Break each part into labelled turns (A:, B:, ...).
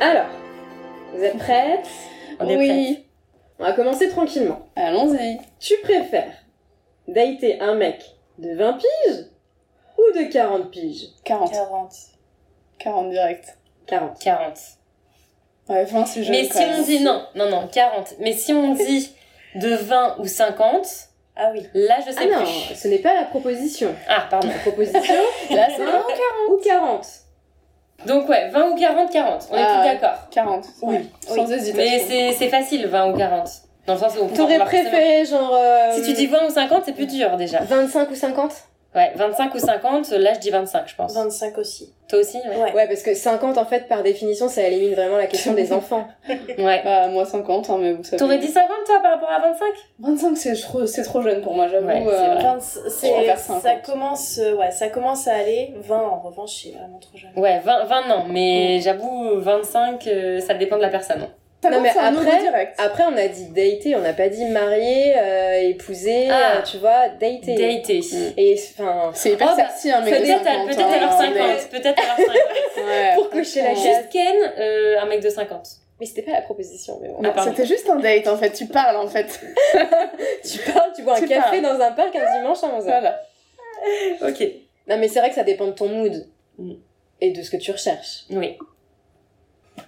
A: Alors, vous êtes prêtes
B: On est
A: Oui. On va commencer tranquillement.
B: Allons-y.
A: Tu préfères dater un mec de 20 piges ou de 40 piges
B: 40.
C: 40.
B: 40 direct.
A: 40.
C: 40.
B: Ouais, 20 c'est jeune
C: Mais
B: quand
C: si
B: même.
C: on dit non, non, non, 40. Mais si on dit de 20 ou 50,
B: Ah oui.
C: là je
A: Ah
C: sais
A: non,
C: plus.
A: ce n'est pas la proposition.
C: Ah, pardon.
A: La proposition
B: Là c'est
A: 20 ou 40.
C: Donc ouais, 20 ou 40, 40. On est
B: Ah,
C: tous d'accord.
B: 40.
A: Oui.
B: ouais. Sans
C: Mais
B: hésitation.
C: c'est c'est facile, 20 ou 40. Dans le sens où on
A: T'aurais
C: on va forcément-
A: préféré genre. euh,
C: Si tu dis 20 ou 50, c'est plus dur déjà.
A: 25 ou 50
C: Ouais, 25 ou 50, là je dis 25, je pense. 25 aussi. Toi aussi ouais.
A: Ouais, parce que 50 en fait, par définition, ça élimine vraiment la question des enfants.
C: ouais.
B: Bah, moi 50, hein, mais vous savez.
C: T'aurais dit 50 toi par rapport à 25
B: 25 c'est trop, c'est trop jeune pour moi, j'avoue.
C: Ouais, c'est
B: euh,
C: vrai. 20,
B: préfère
C: ça ça commence,
D: ouais, ça commence à aller. 20 en revanche, c'est vraiment trop jeune.
C: Ouais, 20, 20 non, mais j'avoue, 25, euh, ça dépend de la personne.
B: ça
A: Non,
B: commence
A: mais
B: à un euro
A: après- ah,
B: direct.
A: Après, on a dit dater, on n'a pas dit marier, euh, épouser,
C: Ah.
A: euh, tu vois, dater. Mm.
C: Dater.
A: Et enfin,
B: C'est hyper
C: Oh, bah,
B: sexy, hein, mais
C: Peut-être
B: les
C: à-
B: 50,
C: peut-être à l'heure
B: hein,
C: 50, peut-être à l'heure 50.
B: mais- Ouais.
A: pour cocher la
B: Ouais.
A: juste.
C: Bah, Juste Ken, euh, un mec de 50.
A: Mais c'était pas la proposition, mais bon.
C: Ah, pardon.
B: C'était juste un date en fait, tu parles en fait.
A: Tu parles, tu bois un
B: Tu
A: café dans un parc un dimanche à 11h.
B: Voilà.
C: Ok.
A: Non, mais c'est vrai que ça dépend de ton mood
C: Mm.
A: et de ce que tu recherches.
C: Oui.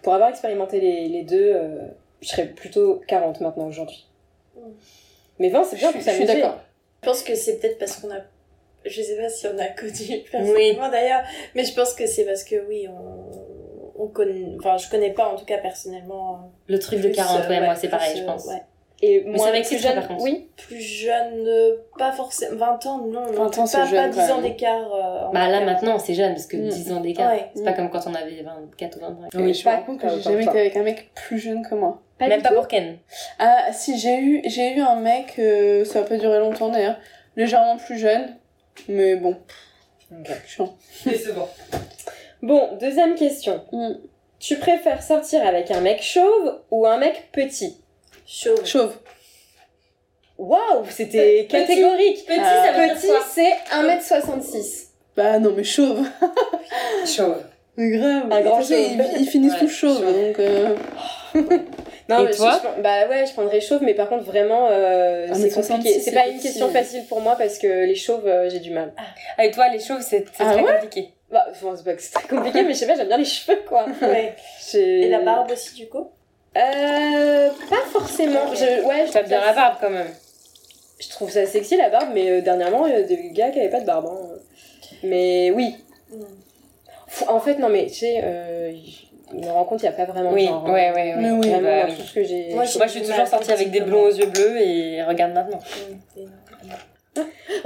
A: Pour avoir expérimenté les, les deux, euh, je serais plutôt 40 maintenant aujourd'hui. Mais 20, c'est bien
B: Je
A: pour
B: suis- je suis
A: s'amuser.
B: d'accord.
A: quoi.
D: Je pense que c'est peut-être parce qu'on a. Je sais pas si on a connu personnellement d'ailleurs, mais je pense que c'est parce que oui, on, on connaît. Enfin, je connais pas en tout cas personnellement.
C: Le truc de
D: plus,
C: 40,
D: euh,
C: ouais, moi c'est
D: plus,
C: pareil,
D: euh,
C: je pense.
D: ouais.
A: Et
C: Mais
A: moi,
C: ça
A: plus
C: m'excite
A: jeune,
C: par contre.
A: oui.
D: Plus jeune, euh, pas forcément. 20 ans, non.
B: 20 ans, c'est
D: pas,
B: jeune,
D: Pas 10
B: quand
D: ans
B: même.
D: d'écart. euh, en
C: Bah là
D: tout cas.
C: maintenant c'est jeune parce que
A: Mm.
C: 10 ans d'écart.
D: Ouais.
C: C'est pas comme quand on avait 24 ou 25.
B: Mais je me
A: pas-
B: rends compte que
A: pas
B: j'ai
A: autant
B: jamais
A: que toi.
B: été avec un mec plus jeune que moi.
A: Pas
C: Même
A: du
C: pas
A: tout.
C: pour Ken.
B: Ah si j'ai eu j'ai eu un mec euh, ça a pas duré longtemps d'ailleurs légèrement plus jeune mais bon chiant.
A: Bon, deuxième question.
B: Mm.
A: Tu préfères sortir avec un mec chauve ou un mec petit
D: Chauve.
B: chauve
A: Waouh, c'était
C: Petit.
A: catégorique.
C: Petit,
B: ça
C: veut dire
A: Petit,
C: quoi
A: c'est 1m66.
B: bah non mais chauve
A: Chauve.
B: Mais grave
A: Un grand
B: Tu sais,
A: chauve.
B: ils, ils finissent
C: Ouais,
B: tous chauves
C: chauve.
B: donc euh,
A: Non,
C: Et
A: mais je-
C: toi
A: je- Bah ouais, je prendrais chauve, mais par contre, vraiment, euh,
B: Ah, mais
A: c'est
B: 66,
A: compliqué. C'est
B: c'est
A: pas une
B: petit.
A: question facile pour moi parce que les chauves, euh, j'ai du mal.
C: Ah, et toi les chauves c'est c'est
B: Ah
C: très compliqué.
A: Bah, enfin, c'est pas que c'est très compliqué, mais je sais pas, j'aime bien les cheveux, quoi.
D: Ouais.
A: J'ai-
D: Et la barbe aussi, du coup
A: Euh, pas forcément. Je, ouais, je
C: Tu as
A: trouve,
C: bien la
A: ça,
C: barbe quand même.
A: je trouve ça sexy, la barbe, mais euh, dernièrement, il y a des gars qui avaient pas de barbe. hein. Mais oui.
C: Mm.
D: Hmm.
A: Pff, En fait, non, mais tu sais, euh, je me rends compte, il y a pas vraiment de
C: Oui,
A: genre, hein.
C: ouais, ouais,
B: Mais
C: ouais.
B: oui,
A: Vraiment,
C: bah
A: moi,
C: oui.
A: tout ce que j'ai.
D: Moi,
C: Moi je suis toujours sortie avec des blonds aux yeux bleus et regarde maintenant.
D: Hmm.
A: Ok,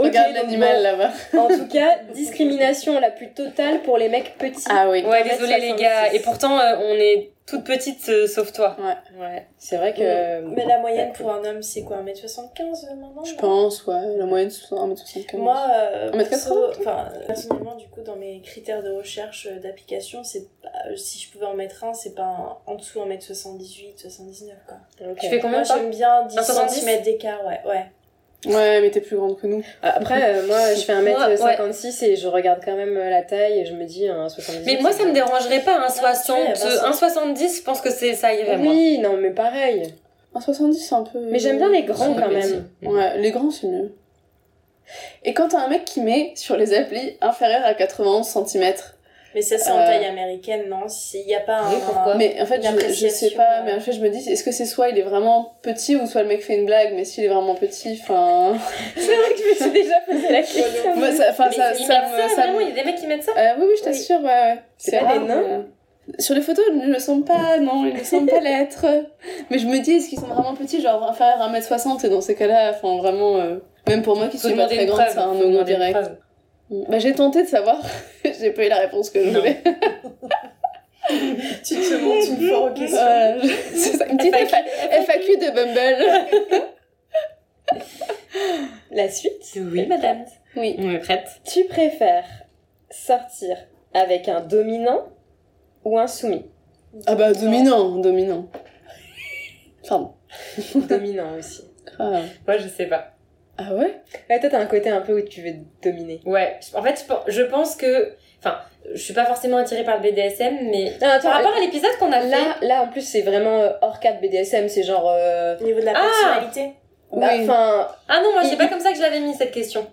B: regarde
A: donc,
B: l'animal là-bas
A: bon, en tout cas, discrimination la plus totale pour les mecs petits.
B: ah oui
C: Ouais, désolé les gars. Et pourtant euh, on est toutes petites euh, sauf toi.
A: Ouais, c'est vrai que.
C: Mm.
A: euh,
D: Mais la moyenne pour un homme, c'est quoi 1m75 euh, maintenant
B: je
D: non
B: pense ouais la moyenne c'est 1m75
D: Moi, euh,
B: 1m80.
D: perso- enfin, euh, personnellement, du coup, dans mes critères de recherche euh, d'application, c'est pas- euh, si je pouvais en mettre un, c'est pas un- en dessous 1m78, 79 quoi.
A: Ok.
C: Tu fais combien
D: Moi,
C: toi
D: j'aime bien 10
C: 1m70?
D: cm d'écart, ouais, ouais.
B: ouais mais t'es plus grande que nous
A: Après, euh, moi, je fais
C: Moi, ouais.
A: 1m56 et je regarde quand même euh, la taille et je me dis un 78.
C: Mais moi ça me dérangerait pas un 60,
D: ouais, bah,
C: un 70, je pense que c'est ça irait moi.
A: Oui, non, mais pareil.
B: un 70 c'est un peu euh,
A: Mais j'aime bien les grands
C: Mm. C'est
A: quand
C: petit.
A: même.
B: ouais les grands c'est mieux et quand t'as un mec qui met sur les applis inférieur à 91 cm
D: Mais ça, c'est en
B: Euh.
D: taille américaine, non S'il n'y a pas un.
C: Oui, pourquoi
B: Mais en fait, je, je sais
D: L'appréciation,
B: pas,
D: euh.
B: mais en fait, je me dis, est-ce que c'est soit il est vraiment petit ou soit le mec fait une blague, mais s'il est vraiment petit, enfin.
A: C'est vrai que je me suis déjà posé la question.
B: Moi, ça, enfin,
C: Mais
B: ça,
C: ils
B: ça
C: mettent
B: me. ça
C: ça,
B: me-
C: vraiment, hein, il y a des mecs qui mettent ça.
B: Euh, oui, oui, je t'assure, ouais, ouais.
A: C'est pas
B: rare,
A: des nains
B: mais- Sur les photos, ils ne le semblent pas, non, ils ne semblent pas l'être. Mais je me dis, est-ce qu'ils sont vraiment petits, genre inférieur à 1m60 Et dans ces cas-là, enfin, vraiment, euh, même pour moi qui
C: Faut
B: suis pas
C: demander
B: très
C: une
B: grande, hein,
C: preuve.
B: c'est un
C: faut
B: no
C: demander une
B: direct.
C: preuve.
B: Bah, j'ai tenté de savoir, j'ai pas eu la réponse que je
C: Non.
B: voulais.
D: tu te montes une foire aux questions.
B: Voilà, je- c'est ça, une petite FA- FAQ de Bumble.
A: La suite
C: Oui, madame.
B: Oui.
C: On est prête.
A: Tu préfères sortir avec un dominant ou un soumis
B: Ah bah, dominant, dominant. Pardon.
A: Dominant aussi.
B: Ah,
C: Moi, je sais pas.
B: ah ouais
A: Ouais, toi, t'as un côté un peu où tu veux dominer.
C: Ouais. En fait, je pense- je pense que. Enfin, je suis pas forcément attirée par le BDSM, mais.
A: Non, attends,
C: Par rapport à l'épisode qu'on a fait.
A: Ah, là, là, en plus, c'est vraiment euh, hors cadre BDSM, c'est genre... euh,
D: Au niveau de la
C: Ah
D: personnalité.
A: bah,
B: Oui.
A: Enfin,
C: Ah non, moi, c'est pas comme ça que je l'avais mis cette question.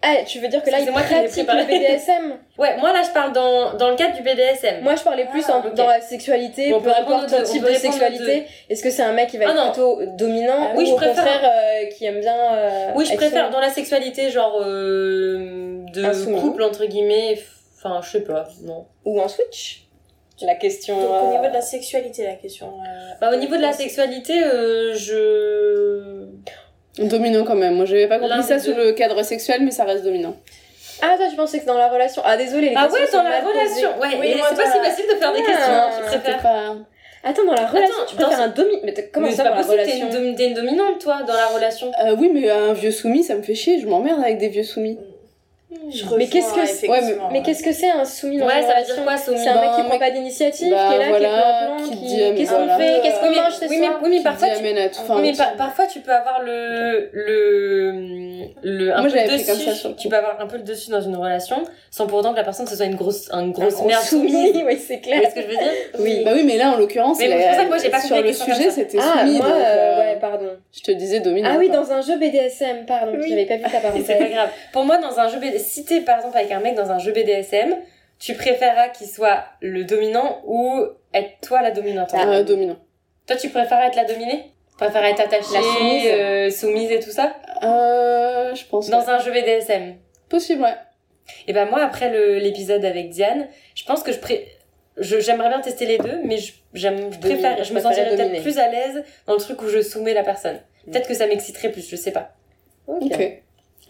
A: ah, tu veux dire que là,
C: C'est
A: il
C: moi qui l'ai
A: pratique
C: préparé.
A: le BDSM
C: Ouais, moi, là, je parle dans, dans le cadre du BDSM.
A: Moi, je parlais plus
C: Ah,
A: en-
C: ok.
A: dans la sexualité,
C: On peut
A: peu
C: répondre
A: importe
C: aux deux,
A: le
C: on
A: type
C: peut
A: de
C: répondre aux
A: sexualité. Est-ce que c'est un mec qui va être
C: Ah, non.
A: plutôt dominant
D: Ah,
A: ou
C: oui, je
A: au
C: préfère-
A: contraire euh, qui aime bien euh,
C: Oui, je
A: être
C: préfère
A: soumis
C: dans la sexualité, genre euh, de
A: Insoumis.
C: couple entre guillemets. Enfin, je sais pas, non.
A: ou en switch La question.
D: Donc, au
A: euh,
D: niveau de la sexualité, la question. euh,
C: Bah, au niveau de la sexualité, euh, je.
B: Dominant quand même. Moi, j'avais pas
C: L'un
B: compris ça
C: des
B: sous
C: deux.
B: le cadre sexuel, mais ça reste dominant.
A: Ah, toi, tu pensais que dans la relation. Ah, désolé, les
C: Ah
A: questions
C: ouais,
A: sont
C: dans la
A: mal posées.
C: relation. Ouais,
D: Oui,
C: et
D: moi,
C: c'est pas
D: dans
C: si
D: la-
C: facile de faire des
A: Ah,
C: questions. hein, je
A: c'était
B: C'était
C: préfère.
B: pas...
A: Attends, dans la relation, tu préfères
C: dans-
A: un dominant. Mais t'es- comment
C: Mais
A: ça
C: c'est
A: dans
C: pas
A: la
C: possible, t'es
A: relation
C: une, dom- t'es une dominante, toi, dans la relation.
B: Euh, oui, mais un vieux soumis, ça me fait chier. Je m'emmerde avec des vieux soumis.
D: Je
A: Mais qu'est-ce que
D: rejoins, euh,
A: c'est-
B: ouais, mais-
D: effectivement,
A: Mais qu'est-ce que c'est un soumis dans
C: ouais,
A: une
C: ça veut
A: relation
C: dire quoi, soumis
A: C'est un
B: Bah,
A: mec qui
B: un
A: prend
B: mec-
A: pas d'initiative,
B: Bah,
A: qui est là,
B: voilà,
A: qui est plan
B: qui
A: plan,
B: dit, ah,
A: qui.
C: euh,
B: mais
A: Qu'est-ce qu'on
B: voilà.
A: fait Qu'est-ce qu'on
C: Oui, mais-
A: mange ce
C: oui, mais-
A: soir
C: oui, mais parfois,
B: Qui dit
C: tu-
B: amène à tout. Enfin,
C: Oui, mais
B: tu-
C: par- parfois tu peux avoir le le le un
B: Moi,
C: peu
B: j'avais
C: le
B: pris
C: dessus.
B: comme ça, sur le
C: tu
B: coup.
C: peux avoir un peu le dessus dans une relation sans pour autant que la personne ce soit une grosse une
A: Un
C: grosse
A: gros
C: merde soumise.
A: soumis, oui, c'est
C: Vous
A: clair.
C: voyez ce que je veux dire
A: Oui.
B: Bah oui, mais là, en l'occurrence,
C: Mais bon,
B: la-
C: c'est pour ça que moi, j'ai pas
B: sur
C: compris
B: le
C: les questions
B: sujet,
C: comme ça.
B: c'était
A: Ah,
B: soumis.
A: moi,
B: donc,
A: euh,
B: euh,
A: ouais, pardon.
B: Je te disais dominant.
A: Ah oui,
B: quoi.
A: dans un jeu BDSM, pardon,
D: Oui.
A: j'avais pas vu ta
C: Et c'est pas
A: parenthèse.
C: grave. Pour moi, dans un jeu BDSM, si t'es par exemple avec un mec dans un jeu BDSM, tu préféreras qu'il soit le dominant ou être toi la dominante. en
B: Ah,
C: fait.
B: euh, dominant.
C: Toi, tu préfères être la dominée Préfères être attachée,
A: La soumise.
C: euh, soumise et tout ça
B: Euh, je pense.
C: Dans un jeu BDSM.
B: Possible, ouais.
C: Et ben moi, après le- l'épisode avec Diane, je pense que je pré... je- J'aimerais bien tester les deux, mais je, j'aime- je,
A: Dominer.
C: préfère, je me
A: Préférer
C: sentirais
A: dominer.
C: peut-être plus à l'aise dans le truc où je soumets la personne.
B: Mm.
C: Peut-être que ça m'exciterait plus, je sais pas.
B: Ok.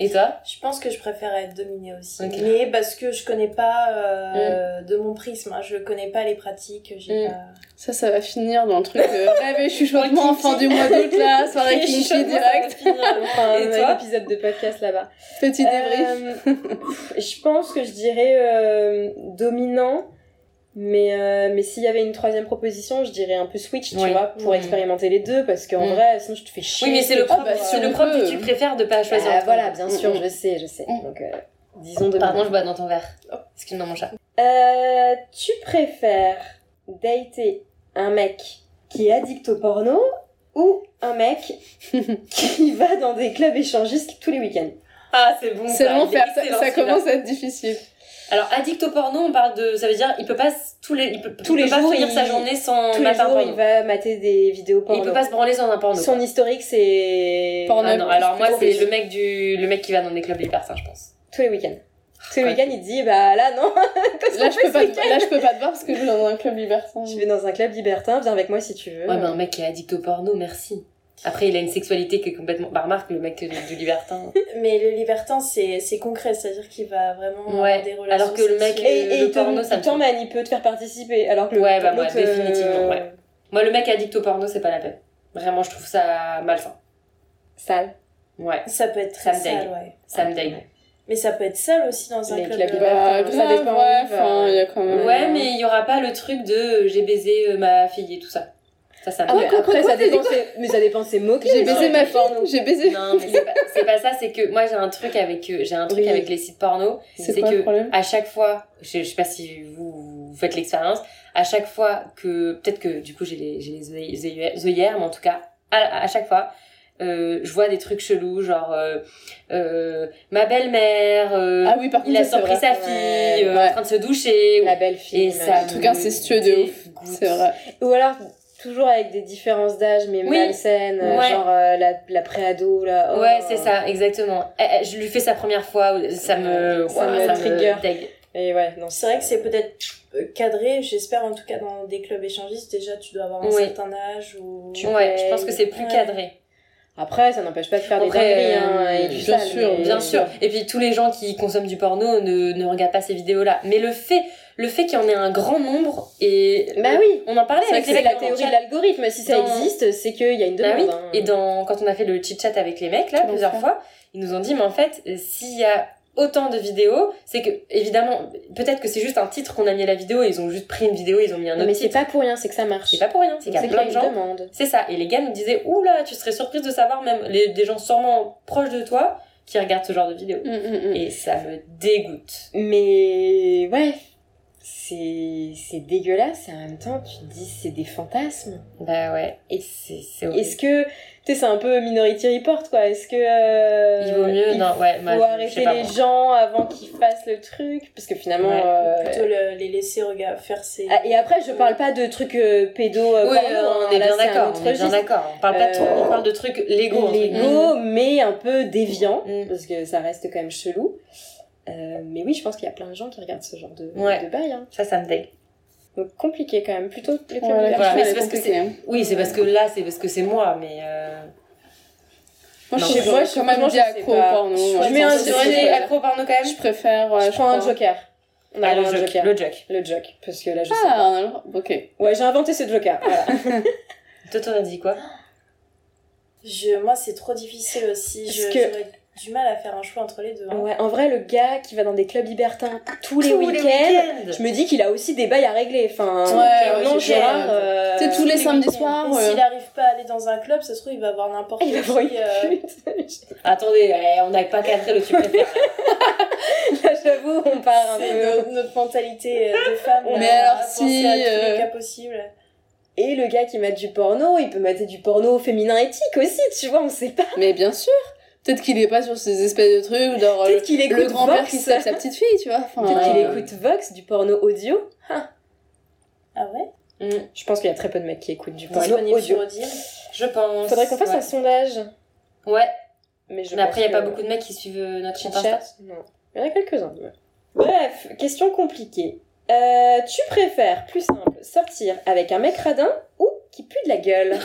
C: Et toi
D: Je pense que je préfère être dominée aussi.
C: Ok.
D: Mais parce que je connais pas euh, de mon prisme, hein, je connais pas les pratiques, j'ai
C: Mm.
D: pas...
B: Ça, ça va finir dans le truc de rêver chuchotement
C: Kinky.
B: fin du mois d'août, là, soirée
C: Et je-
B: kinky
C: moi, ça va
B: direct.
C: finir.
A: On fera
C: Et
A: un
C: toi
A: épisode de podcast là-bas.
B: Petit débrief.
A: Euh, je pense que je dirais euh, dominant, mais, euh, mais s'il y avait une troisième proposition, je dirais un peu switch, tu
C: Oui.
A: vois, pour
C: Mhm.
A: expérimenter les deux, parce qu'en
C: Mhm.
A: vrai, sinon je te fais chier.
C: Oui, mais c'est le
B: Ah,
C: propre,
B: bah,
C: c'est
B: si
C: le
B: on
C: propre
B: peut.
C: que tu préfères de pas
A: Ah,
C: choisir. entre
A: voilà,
C: eux.
A: bien sûr,
B: Mhm.
A: je sais, je sais.
C: Mhm.
A: Donc, euh, disons dominant.
C: Pardon, je bois dans ton verre.
B: Oh.
C: Excuse-moi, mon chat.
A: Euh, tu préfères dater un mec qui est addict au porno ou un mec qui va dans des clubs échangistes tous les week-ends
C: Ah, c'est bon.
B: C'est
C: ça, il est
B: l'enfer, ça,
C: excellent,
B: ça
C: celui-là.
B: commence à être difficile.
C: Alors, addict au porno, on parle de. Ça veut dire, il peut pas s- tous les, il peut,
A: Tous
C: il
A: les
C: peut
A: jours,
C: pas finir
A: il-
C: sa journée sans
A: Tous les
C: mater un
A: jours,
C: porno.
A: il va mater des vidéos
C: Et
A: porno.
C: Il peut pas se branler sans un porno.
A: Son historique, c'est.
B: Porno.
C: Ah non, alors moi, c'est
A: horrible.
C: le mec du, le mec qui va dans des clubs hyper sains, je pense.
A: Tous les week-ends. Tous les
C: Ouais.
A: week-ends, il dit bah là, non, qu'est-ce
B: Là
A: qu'on
B: je,
A: fait
B: peux
A: ce
B: pas te,
A: week-end
B: là, je peux pas te voir parce que je suis dans un club libertin.
A: Je vais dans un club libertin, viens avec moi si tu veux.
C: Ouais, ben, mais un mec qui est addict au porno, merci. Après, il a une sexualité qui est complètement. Bah, remarque, le mec du, du libertin.
D: Mais le libertin, c'est c'est concret, c'est-à-dire qu'il va vraiment
C: Ouais,
D: avoir des relations
C: alors que le mec-
D: sexuelles.
A: et, et
C: le
A: il te-
C: porno, ça
A: il
C: me
A: t'emmène, il peut te faire participer. Alors que le
C: Ouais, bah, moi,
A: l'autre, euh,
C: définitivement, ouais. Moi, le mec addict au porno, c'est pas la peine. Vraiment, je trouve ça malsain.
A: Sale.
C: Ouais,
D: Ça peut être
C: Ça
D: très
C: me
D: sale,
C: dégue.
D: ouais.
A: Ah,
C: ça me dégue.
D: Mais ça peut être sale aussi dans un
A: Les
D: club.
A: clubs libertins.
D: euh,
B: Bah,
A: Ça
B: grave,
A: dépend où
B: ouais,
A: il va.
B: enfin, il y a quand même.
C: Ouais, mais il y aura pas le truc de euh, j'ai baisé euh, ma fille et tout ça. Ça, ça me
B: Ah ouais,
C: dégue.
B: quoi,
A: après,
B: quoi,
A: ça
B: t'as dit
A: dépend, ses- mais ça dépend ses mots.
B: J'ai baisé ma fille,
A: porno.
B: j'ai baisé.
C: Non, mais c'est pas, c'est pas ça, c'est que moi j'ai un truc avec euh, j'ai un truc
A: Oui.
C: avec les sites porno,
B: C'est
C: c'est
B: quoi le
C: que
B: problème
C: à chaque fois, je, je sais pas si vous, vous faites l'expérience, à chaque fois que peut-être que du coup j'ai les j'ai les œillères- œillères- œillères, mais en tout cas à, à chaque fois euh, je vois des trucs chelous genre euh, euh, ma belle-mère euh,
B: Ah oui, par contre,
C: il a
B: ça, c'est
C: surpris
B: vrai.
C: sa
A: vrai.
C: fille euh,
B: Ouais.
C: en train de se doucher ou-
A: La belle fille.
C: et ça
A: imagine.
B: truc incestueux de ouf.
C: dégoûte.
B: C'est vrai.
A: Ou alors, toujours avec des différences d'âge, mais
C: Oui.
A: malsaines, euh,
C: Ouais.
A: genre euh, la, la pré-ado, là. oh.
C: Ouais, c'est ça, exactement. Eh, eh, Je lui fais ça première fois, ça me,
A: Ça me trigger.
C: dégue.
A: Et ouais, non,
D: C'est vrai que c'est peut-être euh, cadré, j'espère en tout cas dans des clubs échangistes, déjà tu dois avoir un
C: Oui.
D: certain âge ou...
A: Tu-
C: Ouais, je pense
A: payes.
C: que c'est plus
D: Ouais.
C: cadré.
A: Après, ça n'empêche pas de faire des
C: Après,
A: dingueries, hein,
C: euh,
A: et du
B: bien
A: sale,
B: sûr,
A: mais-
C: Bien sûr. Et puis tous les gens qui consomment du porno ne, ne regardent pas ces vidéos-là. Mais le fait, le fait qu'il y en ait un grand nombre et
A: Bah oui,
C: on en parlait
A: c'est vrai
C: avec
A: que
C: les
A: c'est
C: mecs
A: la
C: dans
A: théorie
C: le
A: de
C: chat.
A: l'algorithme. Si ça
C: Dans-
A: existe, c'est qu'il y a une
C: Bah
A: demande.
C: oui.
A: hein.
C: Et dans quand on a fait le chit chat avec les mecs là
B: Tout à
C: plusieurs
B: fait.
C: fois, ils nous ont dit mais en fait euh, s'il y a autant de vidéos, c'est que évidemment peut-être que c'est juste un titre qu'on a mis à la vidéo, et ils ont juste pris une vidéo, ils ont mis un
A: Non,
C: autre
A: mais c'est
C: titre.
A: pas pour rien, c'est que ça marche.
C: C'est pas pour rien, c'est qu'il y a
A: C'est
C: plein de
A: une
C: gens
A: demande.
C: C'est ça. Et les gars nous disaient, oula, tu serais surprise de savoir, même les, des gens sûrement proches de toi qui regardent ce genre de vidéos.
B: Hum, hum, hum.
C: Et ça me dégoûte.
A: Mais ouais, c'est c'est dégueulasse. Et en même temps, tu te dis c'est des fantasmes.
C: Bah ouais. Et c'est c'est horrible.
A: Est-ce que tu sais, c'est un peu Minority Report quoi. Est-ce que euh,
C: Il vaut mieux,
A: il
C: non, ouais,
A: faut
C: moi, je- je
A: arrêter
C: sais pas.
A: les
C: moi.
A: gens avant qu'ils fassent le truc parce que finalement.
C: Ouais.
A: euh,
D: Plutôt le- les laisser regarder, faire ses.
A: ah, Et après, je parle pas de trucs euh, pédo. euh,
C: Oui,
A: porno, hein,
C: on est
A: là,
C: bien
A: c'est un
C: d'accord,
A: autre
C: on est bien
A: registre.
C: d'accord. On parle pas de
A: Euh,
C: trucs- on parle de trucs légaux. entre guillemets.
A: légaux, mais un peu déviants,
C: Mm.
A: parce que ça reste quand même chelou. Euh, mais oui, je pense qu'il y a plein de gens qui regardent ce genre de,
C: Ouais.
A: de bail. hein.
C: Ça, ça me dégue.
A: Donc compliqué quand même, plutôt le club
B: Ouais, la
A: libertin.
C: Voilà, mais
B: question, elle
C: c'est
B: est
C: parce que
B: compliquée, hein.
C: Oui, c'est parce que là, c'est parce que c'est moi, mais euh...
B: Moi, je
C: Non,
B: suis
A: moi, je-
B: quand même
A: franchement, je
B: bien
A: sais
B: accro au
A: pas.
B: porno.
A: Je
B: ouais.
A: mets un
B: Je
C: c'est
A: joker.
C: vrai, j'ai
B: préfère-
C: accro porno quand même.
B: Je préfère. ouais,
A: je prends un
B: crois.
A: joker. On a
C: Ah,
A: le
C: le
A: un
C: joke,
A: joker.
C: le joke.
A: Le joke, parce que là je sais
B: Ah,
A: pas.
B: on a le droit. ok.
A: Ouais, j'ai inventé ce joker. Voilà.
C: Toi, t'aurais dit quoi
D: Je, moi, c'est trop difficile aussi. Je-
A: Parce que-
D: J'aurais du mal à faire un choix entre les deux. hein.
A: ouais, en vrai, le gars qui va dans des clubs libertins tous les week-ends,
C: week-ends.
A: je me dis qu'il a aussi des bails à régler. Enfin,
B: Ouais, ouais,
A: non,
B: c'est
A: Gérard.
B: grave.
A: euh,
B: Tu sais, tous les samedis
D: week-ends.
B: soirs.
D: Et
B: euh,
D: s'il n'arrive pas à aller dans un club, ça se trouve, il va avoir n'importe
A: Il va avoir une
D: qui, euh,
A: pute.
C: Attendez, eh, on n'a pas cadré le tu préfères.
A: Là, j'avoue, on part un
D: C'est
A: peu.
D: notre, euh, notre mentalité euh, de femme.
B: Mais
D: euh,
B: alors
D: à
B: si,
D: penser à tous
B: euh,
D: les cas possibles.
A: Et le gars qui mate du porno, il peut mater du porno féminin éthique aussi, tu vois, on sait pas.
B: Mais bien sûr. Peut-être qu'il est pas sur ces espèces de trucs, genre le,
A: Peut-être qu'il
B: Oh, le
A: écoute
B: grand-père qui
A: Vox.
B: sape sa petite fille, tu vois. Enfin,
A: Peut-être qu'il
B: euh,
A: écoute Vox, du porno audio.
D: Ah ouais
C: Mm,
A: Je pense qu'il y a très peu de mecs qui écoutent du porno
D: Disponible
A: audio.
D: sur Audible.
C: Je pense.
A: Faudrait qu'on fasse
C: ouais.
A: un sondage.
C: Ouais,
A: Mais, je
C: mais après,
A: pense
C: il n'y a pas
A: que-
C: beaucoup de mecs qui suivent euh, notre chaîne Insta.
A: Chat Non. Il y en a quelques-uns. ouais. Bref, question compliquée. Euh, tu préfères, plus simple, sortir avec un mec radin ou qui pue de la gueule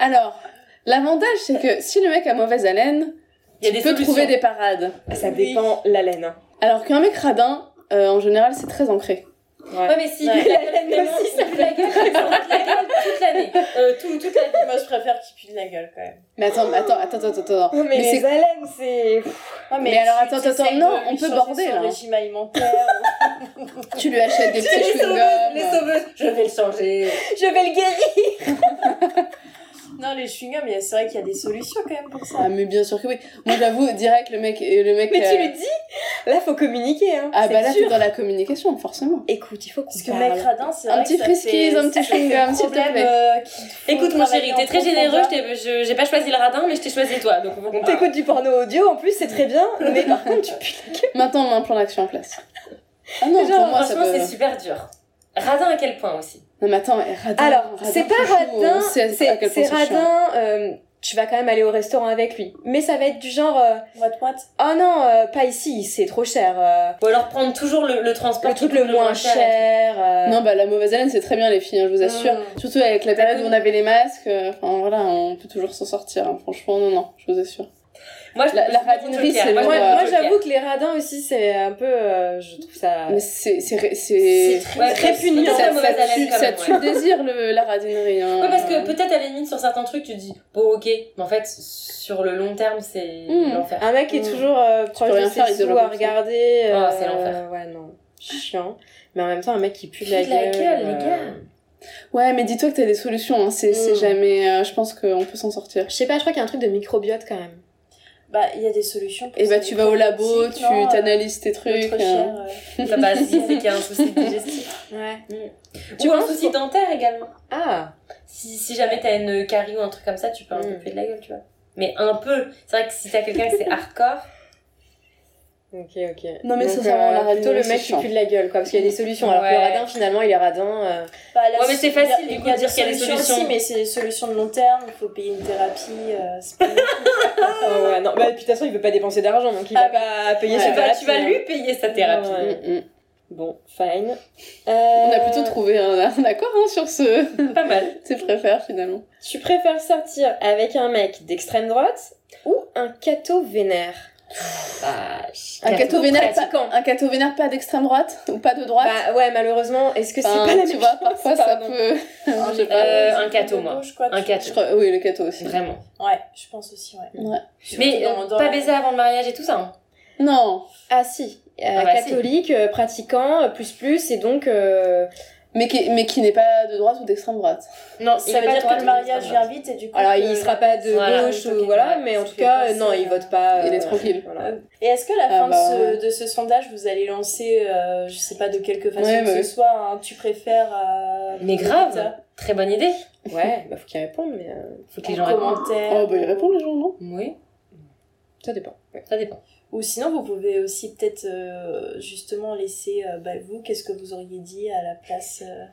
B: Alors, l'avantage, c'est que si le mec a mauvaise haleine,
C: Il y a
B: tu
C: des
B: peux
C: solutions.
B: trouver des parades.
A: Ah, Ça
D: Oui.
A: dépend la laine. hein.
B: Alors qu'un mec radin, euh, en général, c'est très ancré.
A: Ouais.
C: Ouais, mais si,
D: Ouais.
C: il a
A: La
C: la
A: laine
C: gueule,
A: aussi,
C: il pue la gueule, il pue la gueule toute l'année. Euh, tout, toute la vie.
D: Moi, je préfère qu'il pue de la gueule quand même.
B: Mais attends, mais attends, attends, attends, attends.
A: Non, Oh, mais,
B: Mais
A: les
B: c'est-
A: haleines, c'est.
D: Ouais,
B: Mais alors, attends,
D: Ah, tu
B: attends,
D: essayes
B: non,
D: de
B: on
D: lui
B: peut
D: changer
B: border,
D: son
B: là.
D: régime alimentaire.
B: Tu lui achètes des petits chewing-gums. euh.
C: sauveuses, je vais le changer.
A: Je vais le guérir
D: non, les chewing-gums, il y a- c'est vrai qu'il y a des solutions quand même pour ça.
B: Ah mais bien sûr que oui. Moi j'avoue direct le mec le mec.
A: Mais tu
B: euh,
A: lui dis Là, faut communiquer. Hein.
B: Ah
A: C'est
B: bah là
A: dur.
B: t'es dans la communication forcément.
A: Écoute, il faut qu'on
D: Parce que
A: parle.
D: mec radin, c'est
B: bah, Un
D: vrai
B: petit
D: que ça
B: friskies,
D: fait-
B: un petit
D: ça fait
B: chewing-gum, s'il te
D: problème,
B: plaît.
D: euh, qu'il faut
C: Écoute, mon
D: travailler
C: chéri,
D: en
C: t'es très
D: profondeur.
C: généreux, je t'ai- je- j'ai pas choisi le radin, mais je t'ai choisi toi, donc faut qu'on parle.
A: T'écoutes du porno audio, en plus, c'est très bien, mais par contre, tu pues la gueule.
B: Maintenant on met un plan d'action en place. Ah non
C: Genre,
B: pour moi ça
C: franchement,
B: peut.
C: c'est super dur. Radin à quel point aussi
B: Non mais attends mais radin.
A: Alors,
B: radin,
A: c'est pas
B: franchement,
A: radin,
B: on sait à- à
A: c'est
B: quel
A: c'est
B: point chiant.
A: radin. euh, tu vas quand même aller au restaurant avec lui. Mais ça va être du genre. euh,
D: Moite-moite.
A: Oh non, euh, pas ici, c'est trop cher. euh,
C: Ou alors prendre toujours le, le transport
A: le
C: qui
A: truc
C: coûte
A: le moins cher. euh,
B: Non bah la mauvaise haleine c'est très bien les filles hein, je vous assure.
D: Mm.
B: Surtout avec la période où on avait les masques. euh, Enfin voilà on peut toujours s'en sortir hein. franchement non non je vous assure.
C: Moi, je
B: La- la
C: je mets mon
B: radinerie,
C: joker.
B: c'est
C: hein. Moi, je
B: le-
C: mets
A: Moi,
C: mon
A: moi,
C: joker.
A: j'avoue que les radins aussi, c'est un peu. euh, je trouve ça.
B: Mais c'est c'est ré-
A: C'est
B: c'est.
A: très,
C: Ouais,
A: très
C: c'est-
A: puni.
C: c'est-
B: Ça,
C: la
B: ça
C: mauvaise haleine,
B: tue,
C: quand
B: ça
C: même,
B: tue le désir le, la radinerie. Hein.
C: Ouais, parce que peut-être à la limite sur certains trucs tu te dis bon ok mais en fait sur le long terme c'est
B: Mm.
C: l'enfer.
A: Un mec qui est
B: Mm.
A: toujours euh, proche
B: rien
A: de
B: faire, il
A: ses
B: te le
A: sous à
B: refuse.
A: regarder.
C: Ah, c'est
A: euh,
C: l'enfer.
A: Ouais, non. Chiant. Mais en même temps, un mec qui pue de la
C: Pue de la
A: gueule. euh,
C: gueule, les gars.
B: Ouais, mais dis-toi que t'as des solutions. Hein. C'est c'est
A: Mm.
B: jamais. euh, je pense qu'on peut s'en sortir.
A: Je sais pas, je crois qu'il y a un truc de microbiote quand même.
D: Bah, il y a des solutions. pour
B: Et bah,
D: ces
B: tu vas au labo, tu
D: problématiques, non, euh,
B: t'analyses tes trucs.
D: notre
B: hein.
D: cher, euh,
C: Enfin, bah, si, c'est qu'il y a un souci digestif.
A: Ouais.
C: Ou un souci dentaire également.
A: Ah
C: Si, si jamais t'as une carie ou un truc comme ça, tu peux un peu
A: Mm.
C: puer de la gueule, tu vois. Mais un peu. C'est vrai que si t'as quelqu'un qui c'est hardcore,
A: Ok, ok.
B: Non, mais
A: Donc,
B: sincèrement, la
A: euh, plutôt le
B: radinerie,
A: mec
B: c'est
A: qui
B: chiant.
A: pue de la gueule, quoi. Parce qu'il y a des solutions. Alors que le
C: Ouais.
A: radin, finalement, il est radin. euh,
D: Bah, la
C: Ouais, mais c'est
D: so- il y a-
C: facile, du
D: il y
C: coup,
D: a
C: de dire qu'il y a des solutions.
D: aussi, mais c'est des solutions de long terme, il faut payer une thérapie. euh, c'est pas-
A: Ah ouais, non, bah, puis de toute façon, il veut pas dépenser d'argent, donc il va pas
D: Ah.
A: payer
B: Ouais.
A: sa
C: tu, vas, tu vas
A: thérapie,
C: lui payer sa thérapie.
A: Ouais.
B: Mm, mm.
A: Bon, fine. Euh,
B: On a plutôt trouvé un, un accord hein, sur ce,
C: Pas mal.
B: ces préfères finalement.
A: Tu préfères sortir avec un mec d'extrême droite ou un cateau vénère
D: Bah,
C: Vache.
B: Un
A: Cateau
B: cateau vénère, pas,
A: pratiquant.
B: un cateau vénère pas d'extrême droite ou pas de droite.
A: Bah ouais, malheureusement, est-ce que c'est
B: Enfin,
A: pas la
B: tu
A: même
B: vois,
A: chose
B: parfois ça
A: Pardon.
B: peut.
D: Ah,
B: je sais pas.
C: Euh,
D: c'est
C: un cateau,
D: de
C: moi.
D: gauche, quoi,
C: Un
D: tu-
C: cateau.
B: Je crois- Oui, le cateau aussi.
C: Vraiment.
D: Ouais, je pense aussi, ouais.
B: Ouais.
D: Surtout
C: Mais
D: dans-
C: euh,
D: dans
C: pas
D: la-
C: baiser avant le mariage et tout ça. hein.
B: Non,
A: Ah si, euh,
C: Ah bah, si.
A: catholique, euh, pratiquant, euh, plus plus, et donc... euh,
B: mais qui, mais qui n'est pas de droite ou d'extrême droite.
C: Non, il
D: Ça
C: est
D: veut
C: pas
D: dire
C: droit
D: que
C: de
D: le mariage
C: l'extrême
D: vient
C: droite.
D: vite et du coup.
A: alors
D: que-
A: il sera pas de
C: Voilà,
A: gauche,
D: euh, ok,
A: ou voilà,
D: ouais,
A: mais en
D: ça
A: tout
D: fait
A: cas, euh,
D: penser
A: non,
D: à-
A: il vote pas...
B: Il est
A: euh,
B: tranquille.
A: voilà.
D: Et est-ce que la
B: Ah
D: fin
B: bah,
D: de, ce,
B: ouais.
D: de ce sondage, vous allez lancer, euh, je sais pas de quelque façon
B: Ouais,
D: que
B: ouais.
D: ce soit, un tu préfères euh, à.
C: Mais grave, très bonne idée.
A: Ouais, bah faut qu'il réponde, mais euh,
C: Faut que
D: En
C: les gens répondent.
D: commentaire.
B: Oh, bah ils répondent les gens, non
C: Oui,
A: ça dépend. ouais.
C: ça dépend.
D: Ou sinon, vous pouvez aussi peut-être euh, justement laisser, euh, bah, vous, qu'est-ce que vous auriez dit à la place, euh,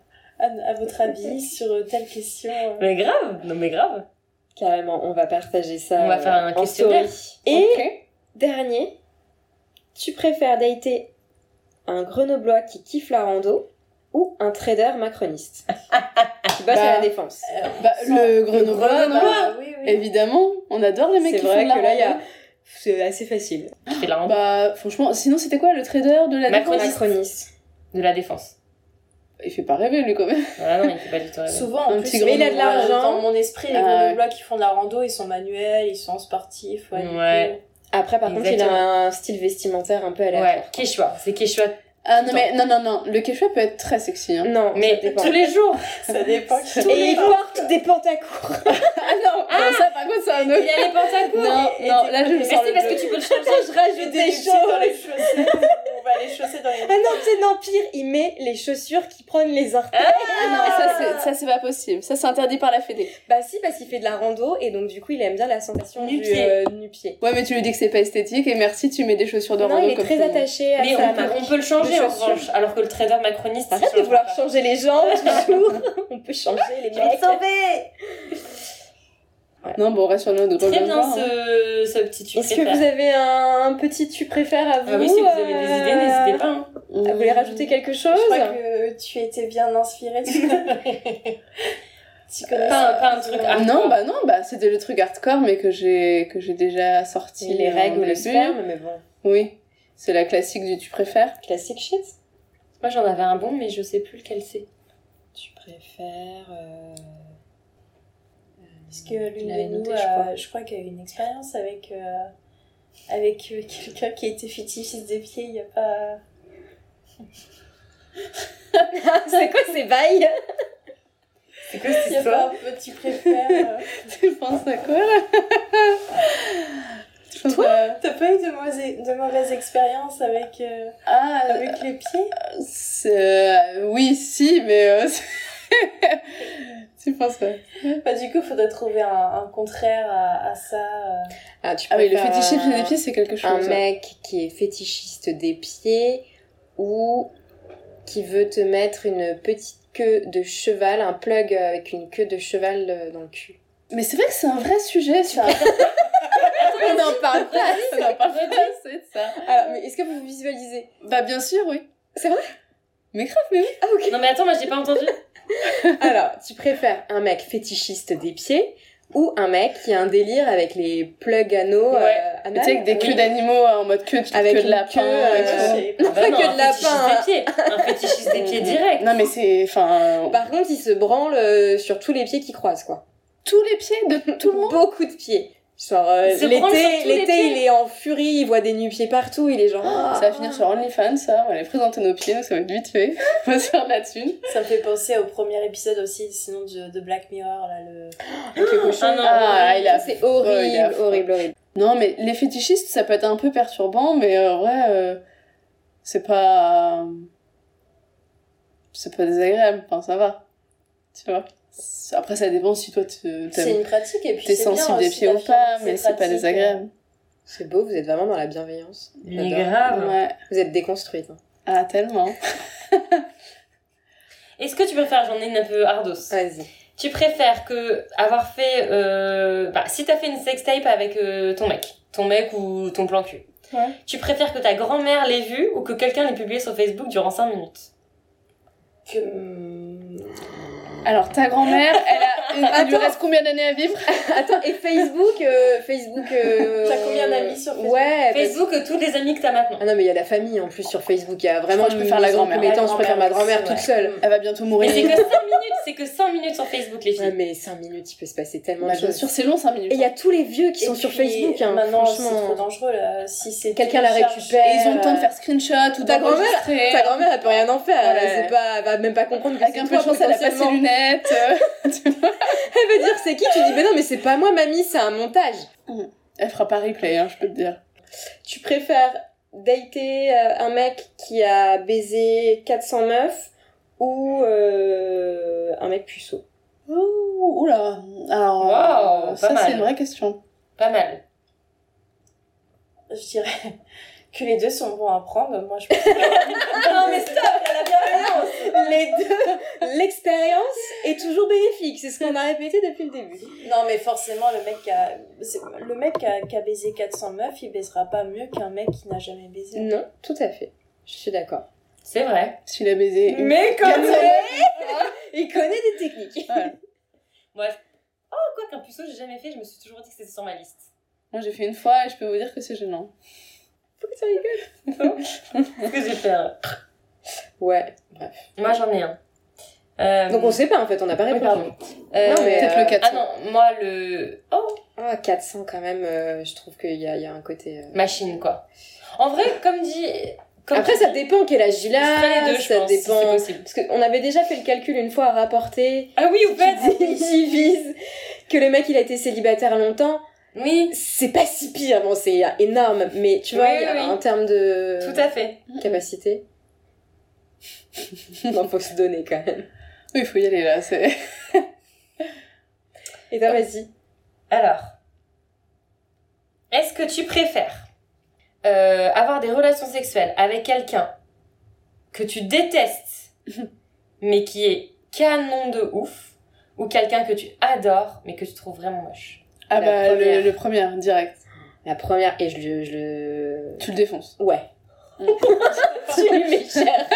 D: à, à votre avis, sur euh, telle question. euh.
C: Mais grave, non mais grave.
A: Carrément, on va partager ça
C: On va
A: euh,
C: faire un
A: en
C: questionnaire.
A: story. Et dernier, tu préfères dater un grenoblois qui kiffe la rando ou un trader macroniste qui bosse à
B: Bah,
A: la défense
D: Euh,
B: Bah, le grenoblois,
C: Grenoblois,
B: non
D: bah, oui, oui.
B: Évidemment, on adore les mecs
A: C'est
B: qui font
A: vrai
B: de la
A: que là, il y a...
B: rando.
A: c'est assez facile.
C: Qui fait de la rando-
B: Bah, franchement, sinon c'était quoi le trader de la
C: Macroniste.
B: défense
A: Macroniste.
C: de la défense.
B: Il fait pas rêver lui quand même.
C: Ah non, il fait pas du tout rêver.
D: Souvent, en
B: Un
D: plus,
B: petit
D: mais
A: gros- il a de l'argent.
D: Dans mon esprit, les
B: Ah,
D: grenoblois qui font de la rando, ils sont manuels, ils sont sportifs. Ouais. du
C: Ouais.
D: coup.
A: Après, par contre, il
C: Exactement.
A: a un style vestimentaire un peu à la...
C: Ouais, Quechua, c'est Quechua.
B: Ah non, mais non, non, non, le quechua peut être très sexy. Hein.
A: Non,
C: Mais
A: ça dépend.
C: tous les jours.
D: Ça dépend. qui-
A: Et il porte des pantacours.
B: Ah non, non, ça par contre c'est un
C: Il
B: autre.
C: a les pantacours.
B: Non,
D: et
B: non,
D: des-
B: là je le
C: Mais
B: sens.
C: c'est
B: le
C: parce
B: bleu.
C: que tu peux le changer.
A: je rajoute
D: des
A: des
D: petits dans les
A: choses.
D: chaussettes. On va les chaussettes dans les
A: Ah non, c'est non, pire, il met les chaussures qui prennent les orteils.
B: Ah non, ça c'est- ça c'est pas possible. Ça c'est interdit par la Fédé.
A: Bah si, parce qu'il fait de la rando et donc du coup, il aime bien la sensation du
C: Nu-pied.
A: euh, nu-pied.
B: Ouais, mais tu lui dis que c'est pas esthétique et merci, tu mets des chaussures de
A: Non,
B: rando
A: il est
B: comme
A: très
B: tout le monde.
A: attaché à
C: Mais
A: sa
C: on peut,
A: marque.
C: on peut le changer
A: de
C: en
A: chaussures.
C: revanche. Alors que le trader macroniste. il
A: Arrête de
C: change
A: vouloir
C: pas.
A: changer les gens toujours. on peut changer les mecs.
B: Non, bon, on reste sur le de
C: Très bien
B: Grenoblois, hein.
C: ce, ce petit tu
A: Est-ce que vous avez un petit tu préfères à vous euh,
C: Ah oui, si vous avez des idées, n'hésitez pas. hein.
A: Ah, Vous voulez rajouter quelque chose
D: Je crois que tu étais bien inspirée. Tu Tu connais
C: Pas un- pas
D: ça
C: un truc
B: Ah
C: hardcore.
B: non, bah non, bah c'était le truc hardcore, mais que j'ai que j'ai déjà sorti.
A: les
B: en
A: règles ou le
B: début.
A: sperme, mais bon,
B: Oui, c'est la classique du tu préfères.
A: classique shit.
C: Moi j'en avais un bon, mais je sais plus lequel c'est.
A: Tu préfères. euh,
D: Parce que l'une
C: l'avais
D: de nous,
C: noté,
D: euh,
C: je
D: je,
C: crois.
D: crois. qu'elle a eu une expérience avec, euh, avec euh, quelqu'un qui était fétichiste des pieds. Il n'y a pas.
A: c'est quoi ces bails
C: C'est quoi
D: Il y a pas un petit préfère. euh.
B: tu penses à quoi là Je pense à-
D: T'as pas eu de, mauvais- de mauvaise expérience avec, euh,
B: Ah,
D: avec les pieds
B: c'est- euh, oui, si, mais. euh, c'est- tu penses quoi
D: Bah, Du coup, faudrait trouver un, un contraire à, à ça. euh.
A: Ah, tu
B: Ah oui, le
A: préfères
B: fétichisme
A: un-
B: des pieds, c'est quelque
A: Un
B: chose. hein.
A: mec qui est fétichiste des pieds ou qui veut te mettre une petite queue de cheval, un plug avec une queue de cheval euh, dans le cul.
B: Mais c'est vrai que c'est un vrai sujet, c'est un vrai
A: On en parle pas.
B: on en parle pas assez de ça.
A: Alors, mais est-ce que vous visualisez
B: Bah bien sûr, oui.
A: C'est vrai
B: Mais grave, mais oui.
A: Ah, ok.
C: Non mais attends, moi j'ai pas entendu.
A: Alors, tu préfères un mec fétichiste des pieds ou un mec qui a un délire avec les plugs anneaux euh,
C: Ouais.
A: anal
B: Tu sais, avec des queues
C: Oui.
B: d'animaux euh, en mode queue, de-
A: Avec
B: queue de
A: une
B: lapin
A: queue,
B: et
A: euh,
B: tout.
D: Je sais
C: Ah
D: pas.
A: Pas que
C: un
A: de lapin,
C: fétichiste des pieds. Un fétichiste des pieds direct.
B: Non, mais c'est. Enfin.
A: Par contre, il se branle euh, sur tous les pieds qu'il croise, quoi.
B: Tous les pieds de tout le monde.
A: Beaucoup de pieds. Genre, euh,
C: Il se branle sur
A: l'été,
C: tous les
A: l'été,
C: pieds.
A: il est en furie, il voit des nu-pieds partout, il est genre...
B: Ça va finir sur OnlyFans, ça. On va aller présenter nos pieds, nous, ça va être vite fait. On va se faire de la thune.
D: Ça me fait penser au premier épisode aussi, sinon de, de Black Mirror, là, le...
A: Avec le cochon.
C: Ah non,
B: Ah, il a-
A: c'est
B: Ouais, il a
A: horrible,
B: affreux.
A: horrible, horrible.
B: Non, mais les fétichistes, ça peut être un peu perturbant, mais euh, ouais. euh, c'est pas. euh, C'est pas désagréable, enfin, ça va. Tu vois. C'est- Après, ça dépend si toi, tu-
D: C'est
B: t'aimes-
D: une pratique et puis
B: t'es
D: c'est bien
B: sensible des
D: aussi
B: pieds ou
D: d'affirmer
B: pas,
D: ses
B: mais c'est pas
D: pratiques.
B: désagréable.
A: euh. C'est beau, vous êtes vraiment dans la bienveillance.
C: Mais
A: J'adore.
C: grave.
B: Ouais.
A: Vous êtes déconstruite. hein.
B: Ah, tellement.
C: Est-ce que tu peux faire, j'en ai une un peu hardos.
A: Vas-y.
C: Tu préfères que avoir fait, euh, bah, si t'as fait une sextape avec euh, ton mec, ton mec ou ton plan cul,
B: Ouais.
C: Tu préfères que ta grand-mère l'ait vu ou que quelqu'un l'ait publié sur Facebook durant 5 minutes
D: Que...
B: Alors, ta grand-mère, elle, a, une- elle lui
A: Attends.
B: reste combien d'années à vivre
A: Attends, et Facebook, euh, Facebook. euh,
D: T'as combien d'amis sur Facebook
A: Ouais. parce-
C: Facebook, euh, tous les amis que t'as maintenant.
A: Ah non, mais il y a la famille en plus sur Facebook. Il y a vraiment,
B: crois
A: je
B: que
A: préfère
B: nous
A: la
B: sommes
A: grand-mère.
D: la
A: Mais attends, je préfère ma
D: grand-mère
A: grand-mère toute
D: aussi,
A: seule.
B: Elle va bientôt
C: Mais c'est
B: mourir.
C: que 5 minutes, c'est que 5 minutes sur Facebook, les filles.
A: Ouais, mais 5 minutes, il peut se passer tellement
B: Bah,
A: de
B: bien
A: choses.
B: sûr, c'est long 5
A: Et
B: minutes.
A: il y a tous les vieux qui
D: Et
A: sont sur
D: puis,
A: Facebook. Hein,
D: Maintenant, c'est trop
A: franchement.
D: dangereux, là. Si c'est...
A: Quelqu'un la
D: télécharge-
A: récupère.
B: Et ils ont le temps de faire screenshot ou
A: Ta grand-mère-
B: d'enregistrer.
A: Ta grand-mère, elle peut rien en faire. Elle,
B: Ouais.
A: sait pas, elle va même pas comprendre que
B: Avec
A: c'est
B: un peu de
A: toi
B: chance, elle a pas ses
A: potentiellement.
B: lunettes. euh, tu vois.
A: Elle va dire c'est qui Tu dis mais non mais c'est pas moi mamie, c'est un montage.
B: Elle fera pas replay, hein, je peux te dire.
A: Tu préfères dater euh, un mec qui a baisé 400 meufs ou euh, un mec puceau
B: Ouh, oula. Alors,
C: Wow,
B: euh,
C: pas
B: ça,
C: mal.
B: c'est une vraie question.
C: Pas mal.
D: Je dirais que les deux sont bons à prendre. Moi, je pense que...
C: non, mais stop
D: Elle a bien raison.
A: Les deux, l'expérience est toujours bénéfique, c'est ce qu'on a répété depuis le début.
D: Non, mais forcément, le mec qui a, c'est- le mec qui a, qui a baisé 400 meufs, il baisera pas mieux qu'un mec qui n'a jamais baisé.
A: Non, tout à fait. Je suis d'accord.
C: C'est vrai.
B: S'il a baisé une
A: Mais
B: quand même.
A: il connaît des techniques.
B: Ouais.
C: Oh, quoi qu'un puceau, j'ai jamais fait, je me suis toujours dit que c'était sur ma liste.
B: Moi, j'ai fait une fois et je peux vous dire que c'est gênant.
A: Faut que tu rigoles.
C: Parce que j'ai fait un-
A: Ouais.
C: Moi, j'en ai un. Euh,
A: Donc on sait pas en fait, on n'a pas
C: oui,
A: répondu.
C: pardon. Euh,
A: Non, mais,
B: Peut-être
A: euh,
B: le 400.
C: Ah non, moi, le... Oh,
A: Ah 400 quand même, euh, je trouve qu'il y a, il y a un côté. euh,
C: machine, quoi. En vrai, comme dit... Comme
A: Après
C: tu
A: ça
C: dis,
A: dépend quel âge
C: je
A: il a,
C: ferais les deux, je
A: ça
C: pense, si
A: dépend.
C: c'est possible.
A: Parce qu'on avait déjà fait le calcul une fois à rapporter.
C: Ah oui, ou fait
A: Tu dis, divise que le mec il a été célibataire longtemps,
C: Oui,
A: c'est pas si pire, bon c'est énorme, mais tu vois,
C: Oui,
A: il y a
C: oui, oui.
A: en termes de
C: tout à fait.
A: capacité. non, faut se donner quand même.
B: Oui, il faut y aller là. C'est...
A: Et toi, vas-y.
C: Alors, est-ce que tu préfères euh, avoir des relations sexuelles avec quelqu'un que tu détestes, mais qui est canon de ouf, ou quelqu'un que tu adores, mais que tu trouves vraiment moche
B: Ah
A: La
B: bah, le,
A: première.
B: le premier, direct.
A: La première, et je, le- je le.
B: Tu le défonces.
A: Ouais.
B: Mm.
A: tu lui mets cher.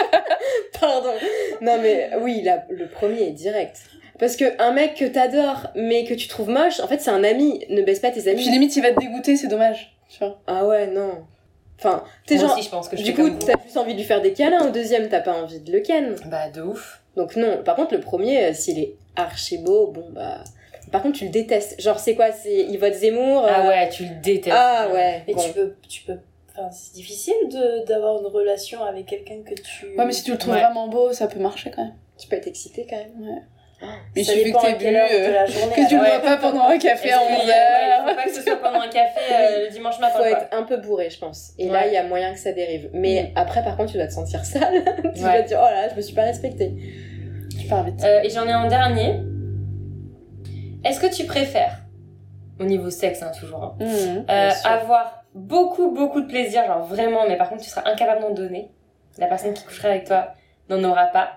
A: Pardon. Non, mais oui, la- le premier est direct. Parce que un mec que t'adores, mais que tu trouves moche, en fait, c'est un ami. Ne baisse pas tes
B: Et
A: amis.
B: puis limite, il va te dégoûter, c'est dommage. Tu vois.
A: Ah ouais, non. Enfin, t'es
C: Moi
A: genre.
C: aussi, je pense que je
A: Du
C: fais
A: coup,
C: comme vous.
A: t'as plus envie de lui faire des câlins. Au deuxième, t'as pas envie de le ken.
C: Bah, de ouf.
A: Donc non. Par contre, le premier, euh, s'il est archi beau, bon bah. Par contre, tu le détestes. Genre, c'est quoi C'est il vote Zemmour. euh,
C: Ah ouais, tu le détestes.
A: Ah ouais.
D: Mais
A: bon.
D: tu peux, tu peux. Enfin, c'est difficile de d'avoir une relation avec quelqu'un que tu.
B: Ouais, mais si tu le trouves
C: Ouais.
B: vraiment beau, ça peut marcher quand même.
A: Tu peux être excité quand même.
B: Il
D: ça
B: suffit
D: dépend
B: que
D: à
B: t'aies bu,
D: quelle heure de
B: euh,
D: la journée.
B: que tu le
D: alors.
B: vois pas pendant un
C: Est-ce que-
B: café à 11
C: ouais, il faut
B: heures.
C: pas que ce soit pendant un café euh, le dimanche matin.
A: Faut
C: quoi.
A: être un peu bourré, je pense. Et là,
C: Ouais. Mm.
A: il y a moyen que ça dérive. Mais après, par contre, tu dois te sentir sale. tu
C: Ouais.
A: vas te dire, oh là, je me suis pas respectée.
B: Tu pars vite.
C: Euh, et j'en ai un dernier. Est-ce que tu préfères, au niveau sexe, hein, toujours, hein,
B: Mhm.
C: Euh,
A: Bien sûr.
C: avoir beaucoup beaucoup de plaisir genre vraiment mais par contre tu seras incapable d'en donner la personne qui couchera avec toi n'en aura pas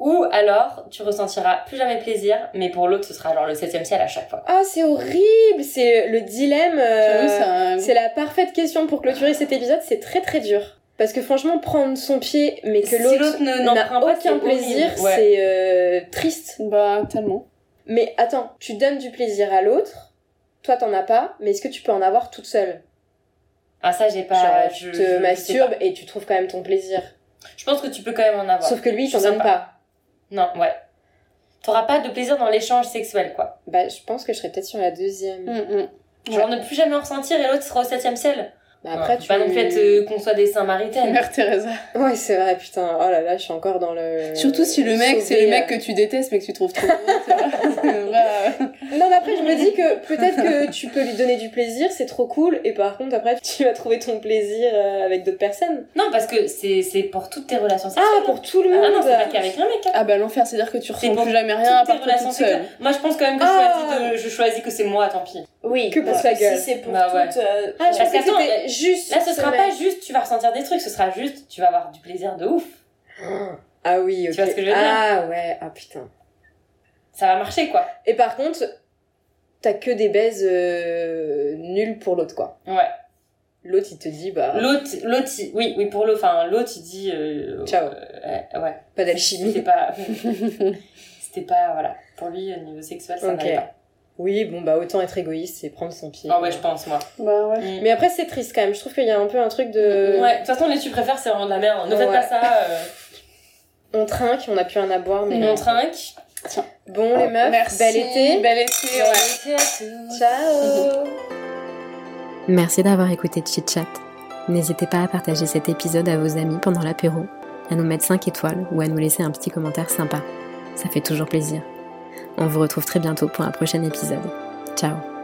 C: ou alors tu ressentiras plus jamais plaisir mais pour l'autre ce sera genre le septième ciel à chaque fois
A: Ah, c'est horrible. C'est le dilemme. euh,
B: J'avoue, c'est un-
A: C'est la parfaite question pour clôturer cet épisode, c'est très très dur. Parce que franchement, prendre son pied, mais que
C: Si
A: l'autre
C: l'autre ne- n'en
A: n'a
C: prend pas,
A: aucun
C: c'est
A: plaisir,
C: horrible. Ouais.
A: c'est euh, triste.
B: Bah, tellement.
A: Mais attends, tu donnes du plaisir à l'autre, toi t'en as pas, mais est-ce que tu peux en avoir toute seule
C: ah ça j'ai
A: Genre,
C: pas
A: tu
C: je,
A: te
C: je- je sais
A: masturbes et tu trouves quand même ton plaisir.
C: pas. je pense que tu peux quand même en avoir
A: Sauf que lui, il
C: Je
A: t'en
C: sais
A: donne
C: pas.
A: pas.
C: non ouais t'auras pas de plaisir dans l'échange sexuel quoi
A: Bah, je pense que je serais peut-être sur la deuxième.
C: Mm.
B: Mhm.
C: genre ne plus jamais en ressentir et l'autre sera au septième ciel
A: Bah, après,
C: Ouais, faut
A: tu
C: pas non plus être, euh, qu'on soit des saints maritaines
B: Mère Teresa.
A: Ouais, Euh, c'est vrai, putain. Oh là là, je suis encore dans le.
B: Surtout si le mec, c'est le
A: Sauver, euh.
B: mec que tu détestes mais que tu trouves trop beau. tu vois. C'est vrai.
A: euh. Non, mais après, je me dis que peut-être que tu peux lui donner du plaisir, c'est trop cool, et par contre, après, tu vas trouver ton plaisir euh, avec d'autres personnes.
C: non parce que c'est c'est pour toutes tes relations sexuelles
A: Ah, pour tout le
C: Ah
A: monde
C: non c'est pas qu'avec un mec hein.
B: Ah bah l'enfer, c'est-à-dire que tu
C: C'est
B: ressens
C: pour
B: plus jamais rien à
C: toutes tes
B: part toi
C: relations
B: toute seule.
C: Moi, je pense quand même que
A: Ah.
C: je, choisis de- je choisis que c'est moi, tant pis.
D: Oui.
A: Que pour
D: bah,
A: sa gueule.
D: Si c'est pour
C: Bah ouais.
D: toutes. euh,
A: Ah, je
C: Parce
A: pensais
C: qu'attends,
A: que c'était juste.
C: Là, ce
A: ce
C: sera
A: mec.
C: pas juste tu vas ressentir des trucs, ce sera juste tu vas avoir du plaisir de ouf.
A: Ah oui, ok.
C: vois ce que je veux dire
A: Ah ouais, ah putain.
C: Ça va marcher, quoi.
A: Et par contre, t'as que des baises euh, nulles pour l'autre, quoi.
C: Ouais.
B: L'autre, il te dit, bah,
C: L'autre, l'autre, il- oui, oui, pour l'autre, enfin, l'autre, il dit. euh,
B: Ciao.
C: euh, euh, ouais.
A: Pas
C: C'était
A: d'alchimie.
C: pas. C'était pas, voilà. Pour lui, au niveau sexuel, ça
A: Ok.
C: n'allait pas.
A: Oui, bon, bah autant être égoïste et prendre son pied.
C: Ah ouais, je pense, moi.
B: bah ouais.
A: Mais après, c'est triste quand même. Je trouve qu'il y a un peu un truc de.
C: Ouais, de toute façon, les tu préfères, c'est vraiment de la merde. Ne faites
A: Ouais.
C: pas ça. euh,
A: On trinque, on a plus rien à boire, mais.
C: On trinque.
A: Bon, les meufs,
B: Merci.
A: bel été.
B: Bel été, ouais.
A: Ciao
E: Merci d'avoir écouté Chit Chat. N'hésitez pas à partager cet épisode à vos amis pendant l'apéro, à nous mettre 5 étoiles ou à nous laisser un petit commentaire sympa. Ça fait toujours plaisir. On vous retrouve très bientôt pour un prochain épisode. Ciao